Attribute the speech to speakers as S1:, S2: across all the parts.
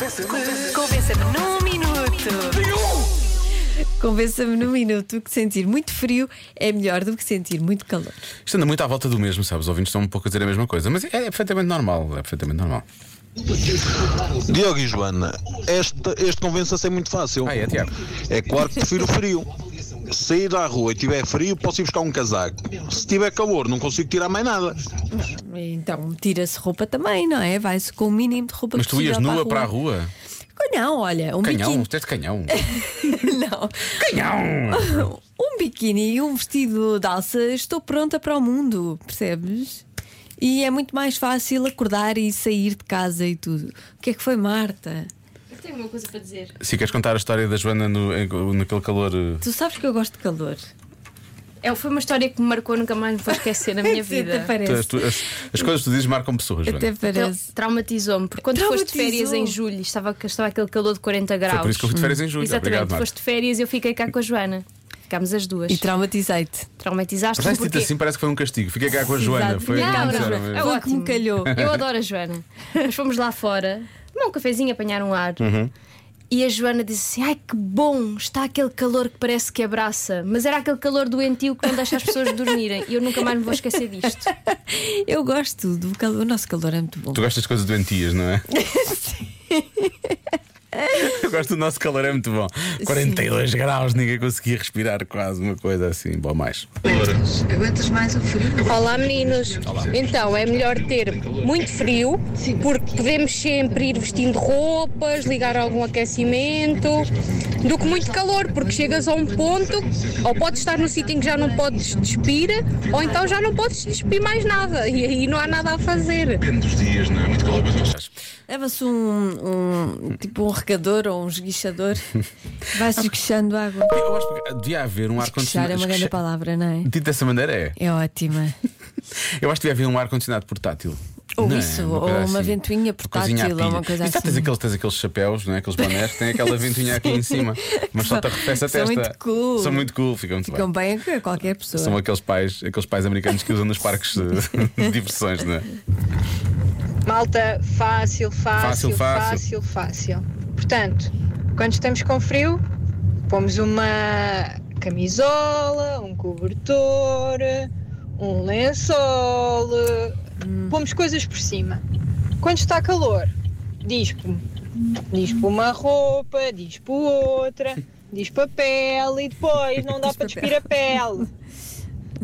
S1: Convença-me. Convença-me num minuto.
S2: Convença-me no minuto que sentir muito frio é melhor do que sentir muito calor.
S3: Isto anda muito à volta do mesmo, sabes? Os ouvintes estão um pouco a dizer a mesma coisa, mas é, é perfeitamente normal. É perfeitamente normal.
S4: Diogo e Joana, este, este convença-se é muito fácil.
S3: Ah, é, Tiago.
S4: É claro que prefiro frio. Sair à rua e tiver frio, posso ir buscar um casaco. Se tiver calor, não consigo tirar mais nada.
S2: Então tira-se roupa também, não é? Vai-se com o mínimo de roupa
S3: Mas tu
S2: possível
S3: ias nua para a rua?
S2: Não, olha, um
S3: Canhão,
S2: tá biquíni.
S3: teste canhão.
S2: não.
S3: Canhão!
S2: Um biquíni e um vestido de alça, estou pronta para o mundo, percebes? E é muito mais fácil acordar e sair de casa e tudo. O que é que foi, Marta?
S5: Eu tenho uma coisa para dizer.
S3: Se queres contar a história da Joana no, em- naquele calor. eh,
S2: Tu sabes que eu gosto de calor.
S5: É, foi uma história que me marcou, nunca mais me vou esquecer na minha
S2: Até
S5: vida.
S3: tu-
S2: parece.
S3: as, tu- as- as coisas que tu dizes marcam pessoas, Joana.
S2: Até
S5: Então,
S2: parece.
S5: Traumatizou-me, porque quando foste de férias
S2: Traumatizou.
S5: em julho, estava, estava aquele calor de 40 graus.
S3: Foi por isso que eu fui de férias em julho.
S5: Exatamente,
S3: Obrigado, Marta.
S5: foste de férias e eu fiquei cá com a Joana. Ficámos as duas.
S2: E traumatizei-te.
S5: Traumatizaste-me
S3: Mas dito
S5: porquê?
S3: assim parece que foi um castigo. Fiquei cá com a Joana.
S2: Exato.
S3: Foi
S2: Fiquei cá
S5: Não,
S2: com a
S3: disseram
S2: Joana.
S3: mesmo.
S5: não,
S2: Foi
S5: é
S2: o que me calhou.
S5: ótimo. Eu adoro a Joana. Mas fomos lá fora, tomar um cafezinho, apanhar um ar.
S3: Uhum.
S5: E a Joana disse assim: Ai que bom, está aquele calor que parece que abraça. Mas era aquele calor doentio que não deixa as pessoas dormirem. E eu nunca mais me vou esquecer disto.
S2: Eu gosto do calor. O nosso calor é muito bom.
S3: Tu gostas de coisas doentias, não é? Eu gosto do nosso calor, é muito bom. 42 graus, ninguém conseguia respirar, quase uma coisa assim, bom mais.
S1: Aguentas mais o frio?
S6: Olá meninos, então é melhor ter muito frio porque podemos sempre ir vestindo roupas, ligar algum aquecimento, do que muito calor, porque chegas a um ponto ou podes estar num sítio em que já não podes despir ou então já não podes despir mais nada e aí não há nada a fazer.
S2: Leva-se um, um- tipo um recador ou um esguichador, vai-se esguichando água.
S3: Eu acho que devia haver um
S2: Esguichar
S3: ar-condicionado.
S2: é uma grande
S3: Esguicha-
S2: palavra, não é?
S3: Dito dessa maneira é.
S2: É ótima.
S3: Eu acho que devia haver um ar-condicionado portátil.
S2: Ou
S3: Não é?
S2: isso, ou
S3: coisa
S2: uma ventoinha
S3: coisinha à
S2: portátil, ou uma
S3: pilha.
S2: coisa
S3: E sabe, tens
S2: assim.
S3: aqueles, tens aqueles chapéus, não é? aqueles bonés que têm aquela ventoinha aqui em cima, mas só te arrefece a
S2: São
S3: testa.
S2: muito cool.
S3: São muito cool, ficam muito
S2: Ficam
S3: bem.
S2: bem com qualquer pessoa.
S3: São aqueles pais, aqueles pais americanos que usam nos parques de de diversões, não é?
S7: Malta, fácil,
S3: Fácil,
S7: fácil, fácil,
S3: fácil.
S7: fácil, Portanto, quando estamos com frio, pomos uma camisola, um cobertor, um lençol, pomos coisas por cima. Quando está calor, dispo, dispo uma roupa, dispo outra, dispo a pele e depois não dá para despir a pele.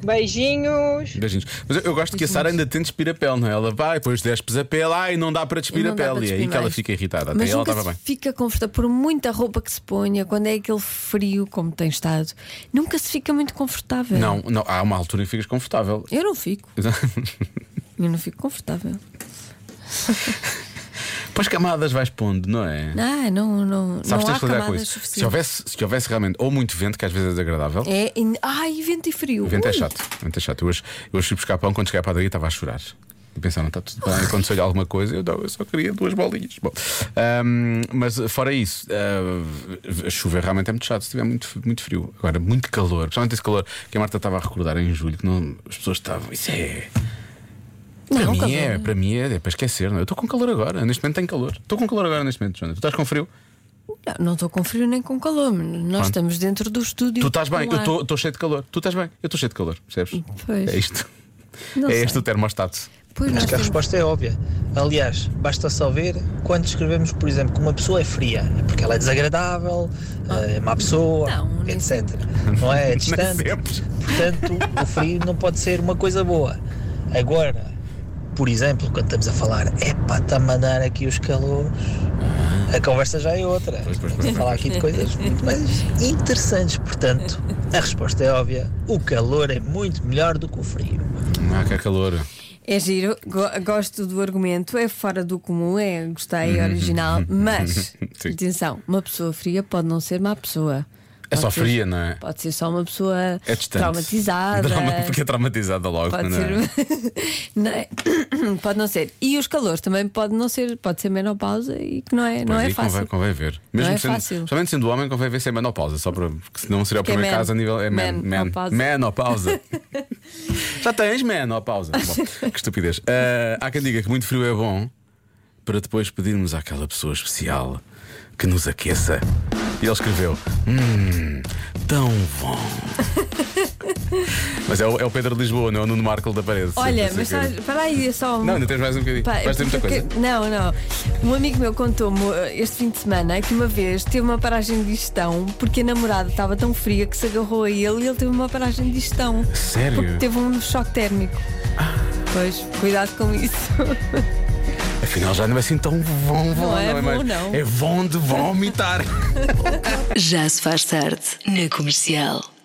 S7: Beijinhos.
S3: Beijinhos. Mas eu, eu gosto que a Sara ainda tente despir a pele, não é? Ela vai, depois despes a pele, ai, não dá para despir
S2: Não
S3: a
S2: dá para
S3: pele. E é aí
S2: despir
S3: que ela
S2: mais.
S3: fica irritada. Até
S2: Mas
S3: ela
S2: nunca
S3: estava
S2: se
S3: bem.
S2: fica confortável por muita roupa que se ponha, quando é aquele frio como tem estado, nunca se fica muito confortável.
S3: Não, não, há uma altura em que ficas confortável.
S2: Eu não fico, eu não fico confortável.
S3: Pois camadas vais pondo, não é?
S2: Ah, não, não,
S3: Sabes,
S2: não
S3: tens
S2: há
S3: que lidar com
S2: camadas
S3: isso.
S2: suficientes.
S3: Se houvesse, se houvesse realmente ou muito vento, que às vezes é desagradável,
S2: É, e- ai, vento e frio.
S3: o vento é
S2: Ui.
S3: chato. O vento é chato. Eu hoje, eu hoje fui buscar pão, quando cheguei à padaria estava a chorar. E pensar, não está tudo bem, aconteceu-lhe alguma coisa, eu, não, eu só queria duas bolinhas. Bom, ahm, mas fora isso, ah, a chuva realmente é muito chato, se tiver muito, muito frio. Agora, muito calor, principalmente esse calor que a Marta estava a recordar em julho, que não, as pessoas estavam. Isso é. Para,
S2: Não,
S3: mim
S2: calor.
S3: é, para mim é, é para esquecer, não é? Eu estou com calor agora, neste momento tenho calor. Estou com calor agora neste momento, Joana. Tu estás com frio?
S2: Não, Não estou com frio nem com calor. mas Nós estamos dentro do estúdio.
S3: Tu estás bem,
S2: com
S3: eu
S2: ar.
S3: estou cheio de calor. Tu estás bem, eu estou cheio de calor, percebes?
S2: Pois.
S3: É isto.
S2: Não
S3: é
S2: sei.
S3: este o termostato.
S2: Pois nós
S8: Acho que a
S2: temos-
S8: resposta é óbvia. Aliás, basta só ver quando escrevemos, por exemplo, que uma pessoa é fria, é porque ela é desagradável,
S3: Ah.
S8: é má pessoa,
S2: Não, nem
S8: etc. Não é? É distante.
S3: sempre.
S8: Portanto, o frio não pode ser uma coisa boa. Agora, por exemplo, quando estamos a falar, epá, está-me a dar aqui os calores, a conversa já é outra.
S3: Ah. Pois, pois,
S8: Estamos a
S3: pois,
S8: falar aqui de coisas muito mais interessantes. Portanto, a resposta é óbvia. O calor é muito melhor do que o frio.
S3: Ah, que calor.
S2: É giro, go- gosto do argumento, é fora do comum, é gostei, é original, mas
S3: Uhum. Sim.
S2: atenção, uma pessoa fria pode não ser má pessoa.
S3: É
S2: Pode
S3: só
S2: ser-
S3: fria, não é?
S2: Pode ser só uma pessoa
S3: É distante.
S2: traumatizada.
S3: Trauma- porque é traumatizada logo,
S2: Pode
S3: não é?
S2: ser. não é? Pode não ser. E os calores também pode não ser, pode ser menopausa e que não é,
S3: Pois
S2: não é
S3: aí
S2: fácil.
S3: Convém, convém ver. Mesmo
S2: é
S3: sendo,
S2: fácil.
S3: Somente sendo homem, convém ver sem menopausa, só para, porque senão seria o
S2: Que é
S3: primeiro
S2: man.
S3: caso a nível. É man,
S2: Man,
S3: man,
S2: menopausa.
S3: menopausa. Já tens menopausa. Bom, que estupidez. Ah, há quem diga que muito frio é bom. para depois pedirmos àquela pessoa especial que nos aqueça. E ele escreveu: Hum, tão bom. Mas é o, é o Pedro de Lisboa, não é o Nuno Marco da parede.
S2: Olha,
S3: Sim,
S2: mas
S3: sei que-
S2: sabes, para aí, é só um.
S3: Não, ainda tens mais um bocadinho.
S2: Pá,
S3: Vais ter muita
S2: porque-
S3: coisa.
S2: Não, não. Um amigo meu contou-me eh, este fim de semana que uma vez teve uma paragem de digestão porque a namorada estava tão fria que se agarrou a ele e ele teve uma paragem de digestão.
S3: Sério? Ah.
S2: Porque teve um choque térmico. Pois, cuidado com isso.
S3: Afinal já não é assim tão bom, bom,
S2: Não é bom,
S3: mais-
S2: não.
S3: É bom de vomitar.
S1: Já se faz tarde na comercial.